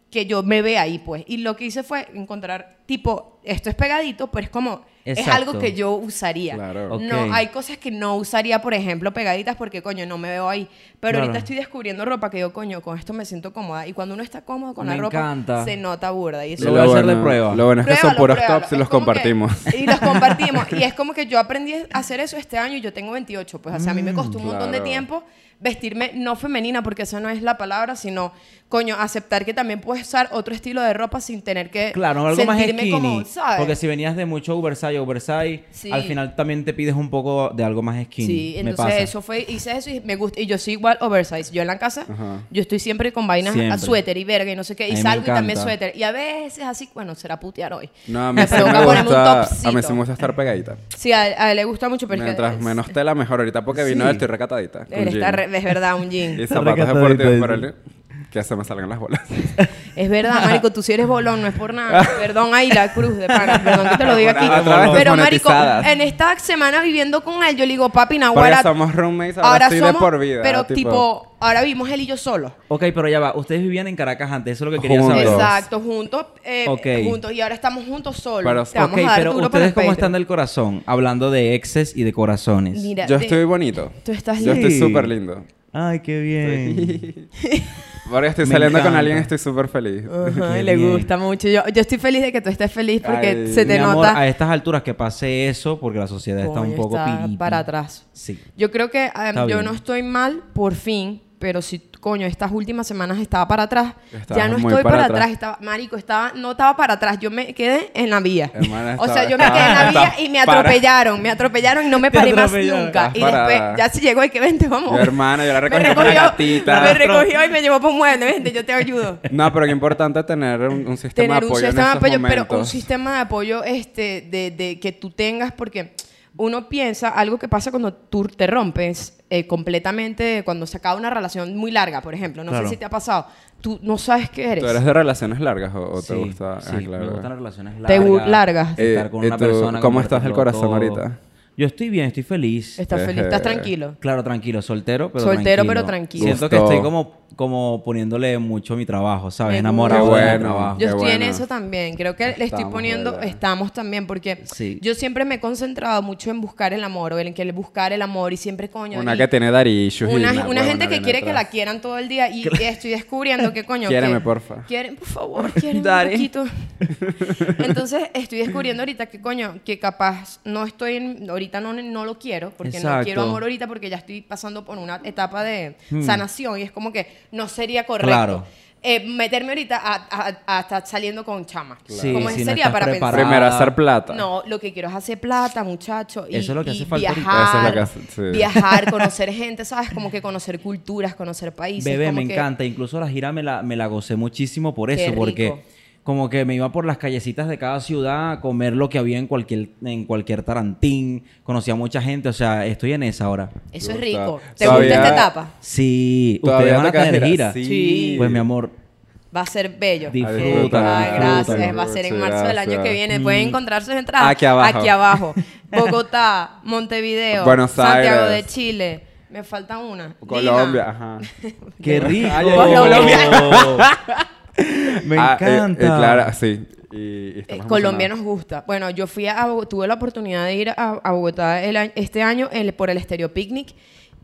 S1: que yo me vea ahí, pues. Y lo que hice fue encontrar, tipo, esto es pegadito, pero es como, es
S3: Exacto.
S1: algo que yo usaría.
S2: Claro.
S3: Ok.
S1: No, hay cosas que no usaría, por ejemplo, pegaditas porque, coño, no me veo ahí. Pero
S3: Claro.
S1: ahorita estoy descubriendo ropa que digo, coño, con esto me siento cómoda. Y cuando uno está cómodo con la
S3: Me
S1: ropa,
S3: encanta.
S1: se nota burda. Y eso
S3: Lo voy a hacer de prueba.
S2: Lo bueno es que son
S1: Pruébalo,
S2: puros
S1: pruébalo.
S2: tops y
S1: Es
S2: los
S1: como que-
S2: compartimos.
S1: y los compartimos. Y es como que yo aprendí a hacer eso este año y yo tengo 28. Pues, o sea, a mí me costó un montón de
S2: Mm, claro.
S1: tiempo vestirme no femenina, porque eso no es la palabra, sino, coño, aceptar que también puedes usar otro estilo de ropa sin tener que
S3: Claro, algo más
S1: sentirme
S3: skinny,
S1: como... ¿sabes?
S3: Porque si venías de mucho oversize, oversize,
S1: Sí.
S3: al final también te pides un poco de algo más skinny.
S1: Sí,
S3: Me
S1: entonces
S3: pasa.
S1: eso fue, hice eso y me gusta. Y yo soy igual oversize. Yo en la casa,
S2: Ajá.
S1: yo estoy siempre con vainas a
S3: Siempre.
S1: suéter y verga y no sé qué.
S3: A mí
S1: Y
S3: me
S1: salgo y también
S3: encanta.
S1: suéter. Y a veces así, bueno, será putear hoy.
S2: No, a mí
S1: Me
S2: sí
S1: provoca
S2: me
S1: ponerme un
S2: gusta, a mí
S1: topcito.
S2: sí me gusta estar pegadita.
S1: Sí, a, a él le gusta mucho, pero es que-
S2: Mientras menos tela, mejor. Ahorita porque vino
S3: Sí.
S2: él, estoy recatadita. con
S1: Él está,
S2: jean.
S1: re- es verdad, un jean.
S2: Y
S3: Está
S2: zapatos
S3: recatadita,
S2: deportivos,
S3: dice.
S2: pero él- que se me salgan las bolas.
S1: Es verdad, marico, tú si eres bolón, no es por nada. Perdón ahí la cruz de pana, perdón que te lo diga aquí.
S2: Otra vez
S1: Pero marico,
S2: desmonetizadas.
S1: en esta semana viviendo con él, yo le digo, papi,
S2: Porque
S1: Nahuara,
S2: somos roommates, ahora, estoy de por vida.
S1: pero tipo, ahora vivimos él y yo solos.
S3: Ok, pero ya va. Ustedes vivían en Caracas antes, eso es lo que quería
S2: Juntos.
S3: saber.
S1: Exacto, juntos, eh,
S3: Ok.
S1: juntos y ahora estamos juntos solos.
S2: Pero-
S1: Te vamos
S3: ok,
S1: a dar
S3: pero
S1: duro para
S3: ustedes
S1: el
S3: cómo
S1: Patreon.
S3: están del corazón, hablando de exes y de corazones.
S1: Mira,
S2: yo
S1: de-
S2: estoy bonito.
S1: tú estás
S2: Yo estoy
S3: Sí.
S2: súper lindo.
S3: Ay, qué bien.
S2: Ahora estoy
S3: Me
S2: saliendo con
S3: encanta.
S2: alguien, estoy súper feliz.
S1: Ajá,
S3: Qué
S1: le
S3: bien.
S1: gusta mucho. Yo, yo estoy feliz de que tú estés feliz porque
S2: Ay,
S1: se te
S3: Mi amor,
S1: nota.
S3: a estas alturas que pase eso, porque la sociedad está
S1: Coño,
S3: un poco
S1: está
S3: piripi.
S1: para atrás.
S3: Sí.
S1: Yo creo que eh, yo
S3: bien.
S1: no estoy mal, por fin, pero si, coño, estas últimas semanas estaba para atrás. ya
S2: Estabas
S1: no
S2: muy
S1: estoy
S2: para
S1: para
S2: atrás.
S1: atrás. estaba, marico, estaba, no estaba para atrás. Yo me quedé en la vía.
S2: Hermana,
S1: o sea,
S2: estaba-
S1: yo me quedé en la
S2: estaba-
S1: vía y me
S2: para.
S1: atropellaron. Me atropellaron y no me
S3: Te
S1: paré más
S3: atropellaron.
S1: nunca. Y
S2: Estás
S1: después,
S2: parada.
S1: ya si llegó, hay que vente, vamos.
S2: Yo, hermana, yo la
S1: me
S2: recogí con una
S1: recogió,
S2: gatita.
S1: me recogió y me llevó por un mueble. Vente, yo te ayudo.
S2: No, pero qué importante tener un, un sistema
S1: tener
S2: de
S1: un
S2: apoyo en
S1: sistema de
S2: esos
S1: apoyo, pero un
S2: momentos.
S1: sistema de apoyo este de, de que tú tengas, porque uno piensa algo que pasa cuando tú te rompes eh, completamente, cuando se acaba una relación muy larga, por ejemplo. No
S3: Claro.
S1: sé si te ha pasado. Tú no sabes qué eres.
S2: ¿Tú eres de relaciones largas o, o
S3: Sí,
S2: te gusta?
S3: sí,
S2: Ah, claro.
S3: me gustan las relaciones
S1: Te
S3: largas.
S1: gu- largas.
S2: Eh,
S3: estar con
S2: ¿y
S3: una
S2: tú,
S3: persona.
S2: cómo estás del
S3: compartirlo
S2: corazón
S3: todo.
S2: ahorita?
S3: Yo estoy bien, estoy feliz.
S1: Estás feliz, estás
S2: Eh,
S1: tranquilo.
S3: Claro, tranquilo, soltero, pero
S1: Soltero,
S3: tranquilo.
S1: pero tranquilo.
S3: Siento que
S2: Gustó.
S3: estoy como, como poniéndole mucho a mi trabajo, ¿sabes?
S1: Me
S3: Enamorado
S1: gusta.
S3: de
S2: Ah, Qué
S3: mi
S2: bueno.
S3: trabajo.
S1: Yo estoy en
S2: bueno.
S1: eso también. Creo que le estoy
S2: Estamos,
S1: poniendo,
S2: ¿verdad?
S1: estamos también, porque
S3: Sí.
S1: yo siempre me he concentrado mucho en buscar el amor, o en que buscar el amor y siempre coño.
S2: Una
S1: y-
S2: que tiene darishus.
S1: Una, una gente que quiere que la quieran todo el día y estoy descubriendo que coño.
S2: Quiéreme,
S1: que-
S2: porfa.
S1: Quieren, por favor, quieren un
S3: Dare.
S1: poquito. Entonces estoy descubriendo ahorita que coño, que capaz no estoy, en- ahorita no, no lo quiero, porque no
S3: Exacto. Hmm.
S1: quiero amor ahorita porque ya estoy pasando por una etapa de sanación y es como que no sería correcto.
S3: Claro.
S1: eh, meterme ahorita a, a- a estar saliendo con chamas.
S3: Sí,
S1: como
S3: si
S1: en
S3: no
S1: sería
S3: estás
S1: para
S3: preparada.
S1: pensar.
S2: Primero, hacer plata.
S1: No, lo que quiero es hacer plata, muchacho. Y,
S3: Eso es lo que
S1: y
S3: hace falta ahorita.
S1: viajar,
S2: Eso es lo que hace- sí.
S1: viajar, conocer gente, ¿sabes? Como que conocer culturas, conocer países.
S3: Bebé,
S1: como
S3: me
S1: que-
S3: encanta. Incluso la gira me la, me la gocé muchísimo por
S1: Qué
S3: eso,
S1: rico.
S3: porque como que me iba por las callecitas de cada ciudad a comer lo que había en cualquier, en cualquier tarantín. Conocía a mucha gente, o sea, estoy en esa ahora.
S1: Eso
S2: Me
S1: es
S2: gusta.
S1: rico. ¿Te
S2: Todavía-
S1: gusta esta etapa?
S3: Sí, ustedes
S2: Todavía
S3: van a
S2: toca
S3: tener
S2: gira.
S3: gira.
S2: Sí.
S1: Sí.
S3: Pues mi amor,
S1: Va a ser bello.
S3: Disfruta,
S1: Ay,
S3: disfruta, Mm.
S1: gracias.
S3: disfruta.
S1: Va a ser en marzo del año que
S2: Gracias.
S1: viene. Pueden encontrar sus entradas
S2: Aquí abajo.
S1: Aquí abajo. Bogotá, Montevideo,
S2: Buenos
S1: Santiago
S2: Aires.
S1: de Chile. Me falta una.
S2: Colombia,
S1: Lima.
S2: ajá.
S3: qué rico.
S2: Ay, ay, ay,
S3: me
S2: Ah, eh, eh,
S3: encanta.
S2: claro, sí. Y, y
S1: Eh,
S2: estamos
S1: Colombia
S2: emocionados.
S1: nos gusta. Bueno, yo fui a Bog- tuve la oportunidad de ir a, a Bogotá el año- este año el- por el Estéreo Picnic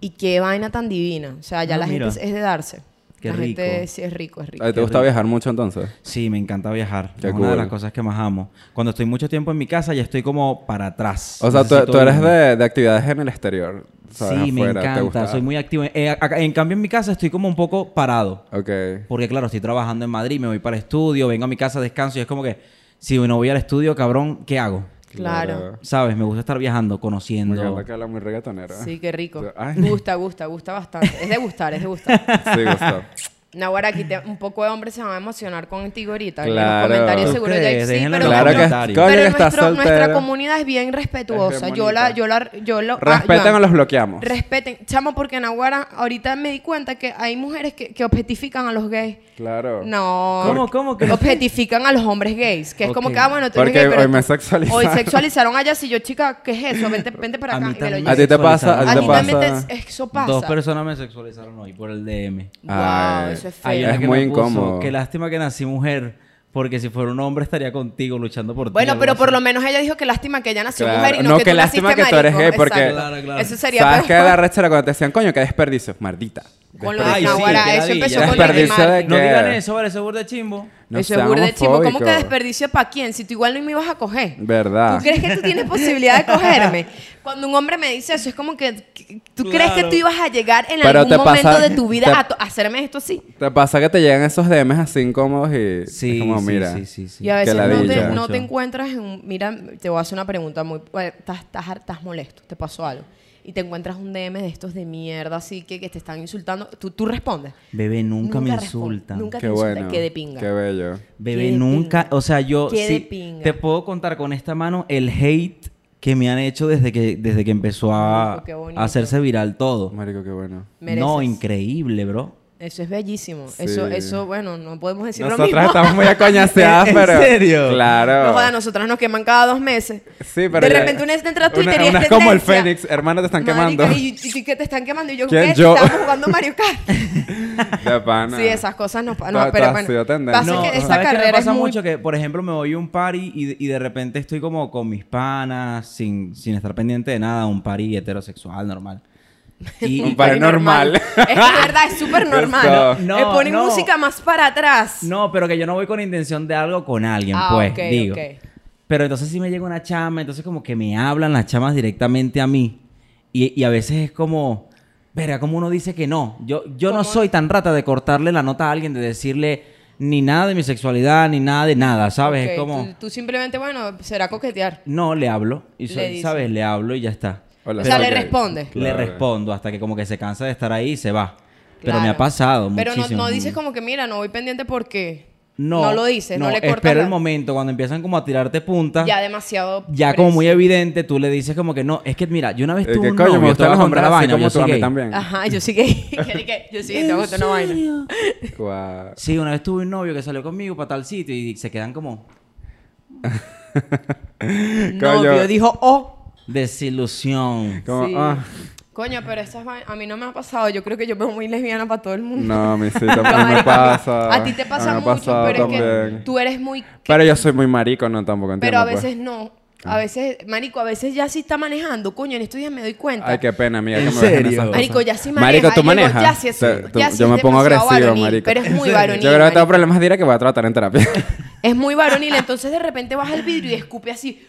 S1: y qué vaina tan divina. O sea, ya
S3: Ah,
S1: la
S3: mira.
S1: gente es, es de darse.
S3: Qué
S1: la gente
S3: rico.
S1: sí es rico, es rico.
S2: Ay, Ah, ¿Te gusta viajar mucho entonces?
S3: Sí, me encanta viajar.
S2: Qué
S3: es una de
S2: cool.
S3: las cosas que más amo. Cuando estoy mucho tiempo en mi casa, ya estoy como para atrás.
S2: O sea, tú,
S3: Necesito
S2: tú eres
S3: irme.
S2: de, de actividades en el exterior. ¿sabes?
S3: Sí, me
S2: Afuera, ¿te
S3: encanta.
S2: gusta?
S3: Soy muy activo. Eh, acá- en cambio, en mi casa estoy como un poco parado.
S2: Ok.
S3: Porque, claro, estoy trabajando en Madrid, me voy para el estudio, vengo a mi casa, descanso y es como que, si no voy al estudio, cabrón, ¿qué hago?
S1: Claro.
S3: ¿Sabes? Me gusta estar viajando,
S2: Me encanta
S3: conociendo.
S2: que habla muy reggaetonera.
S1: Sí, qué rico.
S2: Ay.
S1: Gusta, gusta, gusta bastante. Es de gustar, es de gustar.
S2: Sí, gustó.
S1: Nahuara, aquí te- un poco de hombres se van a emocionar contigo ahorita. En los
S2: Claro.
S1: comentarios
S2: ¿Tú
S1: seguro ya
S3: crees?
S1: sí,
S3: Déjenlo
S1: pero
S3: en los
S2: Claro que
S1: nuestro-
S3: comentarios.
S2: coño,
S1: pero
S2: que está
S1: nuestro- nuestra
S2: soltera.
S1: comunidad es bien respetuosa.
S2: Es bien
S1: yo la,
S2: bonita.
S1: yo la, yo lo. ah,
S2: Respeten
S1: Joan.
S2: o los bloqueamos.
S1: Respeten, chamo, porque en Aguara ahorita me di cuenta que hay mujeres que, que objetifican a los gays.
S2: Claro.
S1: No.
S3: ¿Cómo, cómo que-
S1: Objetifican a los hombres gays. Que es como
S3: Ok.
S1: que, ah, bueno, tú eres
S2: Porque
S1: gay, pero
S2: hoy me
S1: tú-
S2: sexualizaron.
S1: Hoy sexualizaron allá. Si yo, chica, ¿qué es eso? Vente, vente para
S3: A
S1: acá.
S3: mí
S1: y me lo
S3: también.
S1: llevo.
S2: A ti te pasa, a
S1: A
S2: ti
S1: mí
S2: te
S1: también
S2: pasa.
S1: te- es- eso pasa.
S3: Dos personas me sexualizaron hoy por el DM.
S1: Wow,
S2: Ay.
S1: eso es feo.
S3: Hay una
S2: Es
S3: que
S2: muy
S3: me puso,
S2: incómodo.
S3: Qué lástima que nací mujer, porque si fuera un hombre estaría contigo luchando por ti.
S1: Bueno,
S3: algo
S1: pero por
S3: así.
S1: lo menos ella dijo que lástima que ella nació
S2: Claro.
S1: mujer y no,
S2: No,
S1: que,
S2: qué
S1: tú
S2: lástima
S1: naciste
S2: que tú eres
S1: marico.
S2: gay, porque-
S1: Exacto.
S3: Claro, claro.
S1: Eso sería
S2: ¿Sabes
S1: peor.
S2: qué da rechera cuando te decían, coño, qué desperdicio? Maldita.
S1: Con lo
S3: Ay,
S1: de
S3: sí,
S1: Nahuara,
S3: qué
S1: eso
S3: ladilla.
S1: empezó con lo de
S2: Desperdicio de
S1: Marco.
S2: qué?
S3: No digan eso, vale, eso es burda de chimbo.
S2: No
S1: Eso es
S2: sean
S1: burde chimbo. ¿Cómo que
S2: homofóbicos.
S1: desperdicio para quién? Si tú igual no me ibas a coger.
S2: ¿Verdad?
S1: ¿Tú crees que tú tienes posibilidad de cogerme? Cuando un hombre me dice eso, es como que que- tú crees que
S3: Claro.
S1: tú ibas a llegar en
S2: Pero
S1: algún
S2: te
S1: momento
S2: pasa-
S1: de tu vida
S2: te-
S1: a to- a hacerme esto así.
S2: ¿Te pasa que te llegan esos DMs así incómodos y
S3: Sí,
S2: es como,
S3: sí,
S2: mira,
S3: sí, sí, sí.
S1: Y a
S2: Que
S1: veces
S2: la
S1: no
S2: dicha.
S1: te, no te encuentras en... un- Mira, te voy a hacer una pregunta muy... bueno, Estás, estás, har- estás molesto, te pasó algo. Y te encuentras un DM de estos de mierda, así que, que te están insultando. Tú, tú respondes.
S3: Bebé, nunca, me
S1: responde,
S3: insultan.
S1: Nunca te
S2: qué
S1: insultan.
S2: bueno,
S1: Que de pinga.
S2: qué bello.
S1: Qué
S3: Bebé,
S1: de
S3: nunca,
S1: pinga.
S3: o sea, yo
S1: Qué de
S3: sí
S1: pinga.
S3: te puedo contar con esta mano el hate que me han hecho desde que desde que empezó a,
S1: Marico, qué bonito.
S3: a hacerse viral todo.
S2: Marico, qué bueno.
S1: Mereces.
S3: No, increíble, bro.
S1: Eso es bellísimo.
S2: Sí.
S1: Eso, eso, bueno, no podemos decir
S2: Nosotras
S1: lo mismo.
S2: estamos muy acoñaseadas,
S3: ¿En
S2: pero...
S3: serio?
S2: Claro.
S1: No joda, nosotras nos queman cada dos meses.
S2: Sí, pero
S1: de
S2: ya-
S1: repente una vez entra a Twitter
S2: una,
S1: y es
S2: una es como el
S1: tendencia.
S2: Fénix, hermana, te están
S1: Marica,
S2: quemando.
S1: Y, y- y que te están quemando. Y yo,
S2: ¿Quién?
S1: ¿qué?
S2: Yo.
S1: Estamos jugando Mario Kart.
S2: De pana.
S1: Sí, esas cosas no pa-
S2: Todo-
S1: No,
S2: todo ha
S1: pero bueno.
S2: sido tendencia.
S1: Pasa
S2: Así
S3: no,
S1: que esa
S3: ¿sabes qué me
S1: carrera es
S3: pasa
S1: muy
S3: mucho que, por ejemplo, me voy a un party y, y de repente estoy como con mis panas, sin, sin estar pendiente de nada, un party heterosexual normal. Y,
S2: Un party normal.
S1: Es que de verdad, es súper normal.
S2: Eso.
S1: Le
S3: No,
S1: ponen
S3: no.
S1: música más para atrás.
S3: No, pero que yo no voy con intención de algo con alguien,
S1: Ah,
S3: pues,
S1: ok,
S3: digo.
S1: ok.
S3: Pero entonces sí me llega una chama, entonces como que me hablan las chamas directamente a mí. Y, y a veces es como, verga, como uno dice que no. Yo, yo no soy tan rata de cortarle la nota a alguien, de decirle ni nada de mi sexualidad, ni nada de nada, ¿sabes?
S1: Ok,
S3: Es como,
S1: tú, tú simplemente, bueno, será coquetear.
S3: no, le hablo. Y soy-
S1: Le dices.
S3: ¿sabes? Le hablo y ya está.
S2: Hola,
S1: o sea,
S2: soy
S1: le
S2: gay.
S1: responde.
S2: Claro.
S3: Le respondo hasta que como que se cansa de estar ahí y se va. Pero me
S1: Claro.
S3: ha pasado
S1: Pero no,
S3: muchísimo.
S1: no dices como que, mira, no voy pendiente porque...
S3: No,
S1: lo dices, no, le cortas.
S3: espera el
S1: la-
S3: momento cuando empiezan como a tirarte punta.
S1: Ya demasiado...
S3: ya como muy
S1: precio.
S3: evidente, tú le dices como que no, es que mira, yo una vez
S2: Eh,
S3: tuve
S2: que
S3: un
S2: coño,
S3: novio,
S2: me
S3: te voy
S2: gustan
S3: a
S2: los
S3: contar
S2: hombres
S3: la
S2: así
S3: vaina, yo
S2: como tú,
S3: soy
S2: a mí
S3: gay.
S2: también.
S1: Ajá, yo sí que... que- que- yo sí que tengo una vaina.
S2: Guau.
S3: Sí, una vez tuve un novio que salió conmigo para tal sitio y se quedan como
S1: Novio, dijo, oh.
S3: desilusión.
S2: Como,
S1: Sí.
S2: ah.
S1: Coño, pero esas vai- a mí no me ha pasado. Yo creo que yo veo muy lesbiana para todo el mundo.
S2: No, a mí sí, tampoco me
S1: Marico,
S2: pasa.
S1: A ti te
S2: A
S1: pasa
S2: mí me ha
S1: mucho,
S2: pasado
S1: pero es que
S2: también.
S1: tú eres muy...
S2: Pero yo soy muy marico, no, tampoco entiendo.
S1: Pero a
S2: pues.
S1: veces no. A veces, marico, a veces ya sí está manejando. Coño, en estos días me doy cuenta.
S2: Ay, qué pena, amiga.
S3: ¿En
S2: que me dejen
S3: serio?
S2: esas cosas.
S1: Marico, ya sí maneja.
S2: Marico, tú
S1: Y digo,
S2: manejas.
S1: ya sí es-
S2: Te- tú-
S1: ya sí
S2: yo
S1: es
S2: me pongo
S1: demasiado
S2: agresivo,
S1: varonil,
S2: marico.
S1: pero es muy
S2: Sí.
S1: varonil,
S2: Yo creo que tengo
S1: marico.
S2: problemas diré que voy a tratar en terapia.
S1: Es muy varonil, entonces de repente baja el vidrio y escupe así.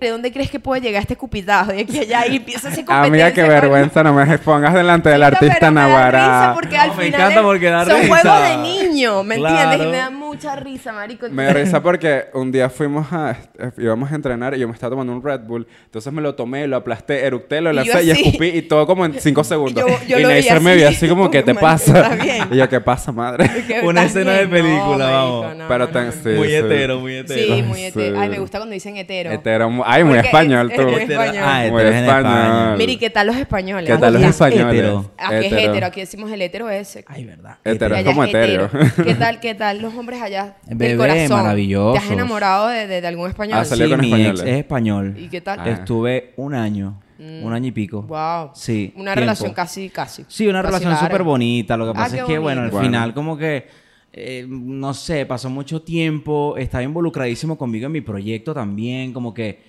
S1: ¿De dónde crees que puede llegar este escupitazo? De aquí a allá y empieza a hacer competencia.
S2: Amiga, Ah, qué vergüenza, no me expongas delante del
S1: Pero
S2: artista
S1: me da risa
S2: Naguará.
S1: porque al
S3: No, me
S1: final
S3: encanta
S1: es-
S3: porque da
S1: son
S3: risa.
S1: juegos de niño, ¿me entiendes? Y
S3: Claro.
S1: me da mucha risa, marico.
S2: Me da risa porque un día fuimos a... íbamos a entrenar y yo me estaba tomando un Red Bull. Entonces me lo tomé, lo aplasté, eructé, lo
S1: Y yo
S2: lancé y,
S1: así.
S2: escupí y todo como en 5 segundos.
S1: Yo- yo
S2: y
S1: lo vi
S2: Neisser me
S1: así.
S2: vio así como, ¿qué te
S1: Marico,
S2: pasa?
S1: ¿estás bien?
S2: Y yo, ¿qué pasa, madre?
S1: Que
S3: Una
S1: estás
S3: escena de película,
S1: no,
S3: vamos.
S1: no,
S2: Pero
S1: no,
S2: tan-
S1: no, no.
S2: sí, sí.
S3: muy
S1: Sí, muy
S2: Sí.
S1: hetero. Ay, me gusta cuando dicen hetero.
S2: Hetero, mu- ay, muy
S1: Porque
S2: español
S1: es-
S2: tú.
S1: es muy español.
S3: Ah,
S2: muy
S3: hetero es en
S2: español.
S3: España.
S1: Miri, ¿qué tal los españoles?
S2: ¿Qué tal los
S3: Aquí es
S2: españoles?
S3: hetero.
S1: Aquí Ah, es
S2: Hetero.
S1: hetero, aquí decimos el hetero ese.
S3: Ay, verdad.
S2: Hetero. Pero
S1: Y
S2: es
S1: allá
S2: como
S1: hetero.
S2: hetero.
S1: ¿Qué tal, qué tal los hombres allá?
S3: Bebé,
S1: del corazón. ¿Te has
S3: maravillosos.
S1: enamorado de, de- de algún español?
S2: Ah, salió
S3: Sí,
S2: con
S3: mi ex
S2: españoles.
S3: es español.
S1: ¿Y qué tal? Mm.
S2: Ah.
S3: Estuve un año, un año y pico.
S1: Wow.
S3: Sí,
S1: Una
S3: tiempo.
S1: relación casi, casi.
S3: Sí, una
S1: Casi
S3: relación
S1: larga.
S3: súper bonita. Lo que
S1: Ah,
S3: pasa
S1: qué
S3: es que, bueno, al
S1: bonito.
S2: Bueno.
S3: final como que, eh, no sé, pasó mucho tiempo, estaba involucradísimo conmigo en mi proyecto también, como que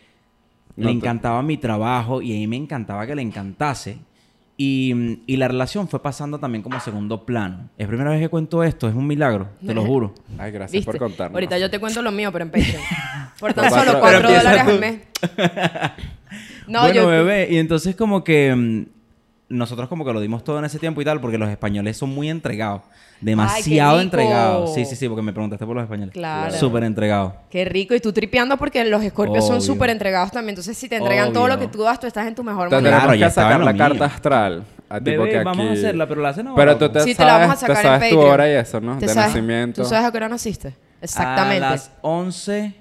S2: No
S3: le
S2: te-
S3: encantaba mi trabajo y a mí me encantaba que le encantase. Y, y la relación fue pasando también como a segundo plano. Es primera vez que cuento esto, es un milagro, te lo juro.
S2: Ay, gracias
S1: ¿Viste?
S2: por contarnos.
S1: Ahorita yo te cuento lo mío, pero en Patreon. Por tan
S2: Pero
S1: solo
S2: empieza
S1: 4
S2: tú.
S1: dólares al mes. No,
S3: bueno,
S1: yo...
S3: bebé, y entonces como que mm, nosotros como que lo dimos todo en ese tiempo y tal, porque los españoles son muy entregados, demasiado
S1: rico!
S3: entregados. Sí, sí, sí, porque me preguntaste por los españoles.
S1: Claro.
S3: Súper entregados.
S1: Qué rico. Y tú tripeando porque los escorpios son
S3: Obvio.
S1: súper entregados también. Entonces, si te entregan todo
S3: Obvio.
S1: lo que tú das, tú estás en tu mejor
S2: Te
S3: Claro,
S1: momento.
S2: tenemos que
S3: ya estaba
S2: sacar
S3: en
S2: la
S3: lo
S2: carta
S3: mío.
S2: astral. A tipo
S3: Bebé,
S2: que aquí...
S3: vamos a hacerla, pero la hacen ahora,
S2: Pero
S3: ¿o
S2: tú
S3: cómo?
S2: te
S1: Sí,
S2: sabes,
S1: te la vamos a sacar
S2: te
S1: en
S2: sabes tu
S1: Patreon.
S2: hora y eso, ¿no?
S1: ¿Te
S2: de
S1: sabes-
S2: nacimiento.
S1: ¿Tú sabes a qué hora naciste? Exactamente.
S3: A las 11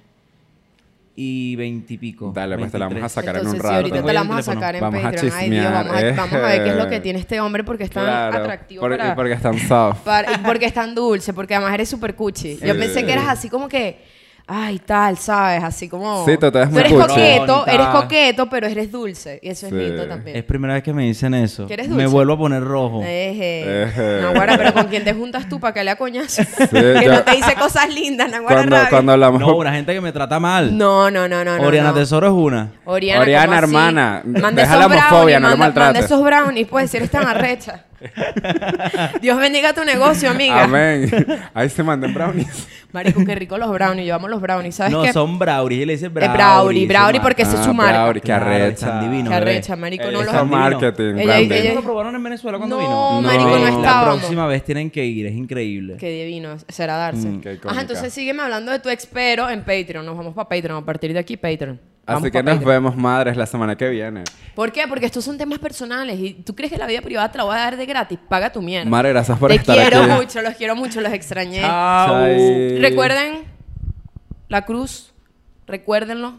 S3: y 20 y pico.
S2: Dale, pues te la vamos a
S3: 23.
S2: sacar en un
S1: Entonces, sí,
S2: rato.
S1: ahorita te
S3: Voy
S1: la
S3: al
S1: vamos a
S3: teléfono.
S1: sacar en
S2: Vamos a
S1: Patreon. Ay, Dios, vamos a,
S2: chismear,
S1: vamos a ver qué es lo que
S2: eh.
S1: tiene este hombre porque es tan atractivo
S2: porque,
S1: para-
S2: y porque están soft.
S1: para- y porque es tan dulce, porque además eres súper cuchi. Yo
S2: Sí.
S1: pensé que eras así como que, ay, tal, ¿sabes? Así como...
S2: Sí, tú te ves muy
S1: eres
S2: cuchi.
S1: coqueto,
S3: Bonita.
S1: eres coqueto, pero eres dulce. Y eso es
S2: Sí.
S1: lindo también.
S3: Es primera vez que me dicen eso.
S1: ¿Quieres
S3: Me
S1: dulce? Eh.
S3: vuelvo a poner rojo.
S1: Eje.
S2: Eje.
S1: Naguara, pero con quién te juntas tú para que le acoñas. que
S2: ya.
S1: no te dice cosas lindas, Naguara
S2: Cuando,
S1: rabia.
S2: cuando hablamos...
S3: No, una gente que me trata mal.
S1: No, no, no, no. no,
S3: Oriana
S1: no.
S3: Tesoro es una.
S1: Oriana,
S2: Oriana,
S1: ¿cómo así?
S2: hermana,
S1: Manda
S2: deja
S1: esos
S2: la homofobia,
S1: brownies,
S2: no lo
S1: manda-
S2: maltrates.
S1: Manda esos brownies, pues, si eres tan arrecha. Dios bendiga tu negocio, amiga.
S2: Amén. Ahí se mandan brownies.
S1: Marico, qué rico los brownies. Yo amo los brownies, ¿sabes
S3: no,
S1: qué?
S3: son brownies. Él le dice brownies.
S1: brownie,
S3: su
S1: brownie
S3: marca.
S1: porque ese es su
S2: Ah,
S1: marca.
S2: Brauri, qué
S3: Claro,
S2: arrecha.
S3: están divinos,
S1: Qué
S3: bebé.
S1: arrecha, marico, no
S2: Ella
S1: los
S2: hizo
S3: am-
S1: amo.
S2: marketing.
S1: Ella-
S2: grande.
S1: ella-
S3: ¿Ustedes no lo probaron en Venezuela cuando
S1: No,
S3: vino?
S2: marico, no
S1: estábamos.
S3: La próxima vez tienen que ir, es increíble.
S1: Qué divino será darse.
S2: Mm, qué icónica.
S1: Ajá, entonces sígueme hablando de tu ex, pero en Patreon. Nos vamos para Patreon. A partir de aquí, Patreon. Vamos
S2: Así
S1: pa'
S2: que nos
S1: Patreon.
S2: vemos, madres, la semana que viene.
S1: ¿Por qué? Porque estos son temas personales. ¿Y tú crees que la vida privada te la voy a dar de gratis? Paga tu mierda.
S2: Madre, gracias por
S1: Te
S2: estar
S1: quiero
S2: aquí.
S1: mucho, los quiero mucho, los extrañé.
S3: Chao.
S2: Chai.
S1: Recuerden la cruz, recuérdenlo.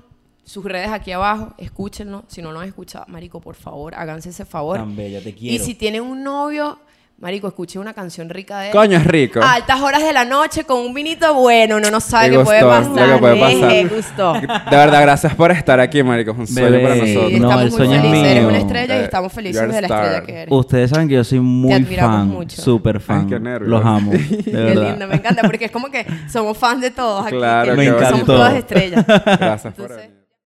S1: Sus redes aquí abajo, escúchenlo. Si no lo han escuchado, Marico, por favor, háganse ese favor.
S3: Tan bella, te
S1: Y
S3: quiero.
S1: si tienen un novio, Marico, escuchen una canción rica de él.
S2: Coño, es rico.
S1: A altas horas de la noche con un vinito bueno, uno no sabe
S2: Te
S1: qué puede
S2: gustó,
S1: pasar.
S2: lo que puede pasar.
S1: Eh, gustó.
S2: De verdad, gracias por estar aquí, marico. Es un sueño
S3: Bebé,
S2: para
S1: Sí,
S2: nosotros.
S3: No,
S1: estamos
S3: el
S1: muy
S3: sueño es
S1: felices. Eres
S3: mío.
S1: una estrella y
S2: Eh,
S1: estamos felices
S2: you're
S1: de la estrella
S2: star.
S1: que eres.
S3: Ustedes saben que yo soy muy
S1: admiramos
S3: fan,
S1: mucho.
S3: súper fan.
S2: qué nervios.
S3: Los amo. de
S1: Qué
S3: verdad.
S1: lindo, me encanta porque es como que somos fans de todos aquí.
S2: Claro,
S1: que
S3: Me
S1: somos
S3: encantó.
S1: todas estrellas.
S2: Gracias por
S1: Entonces-
S2: venir.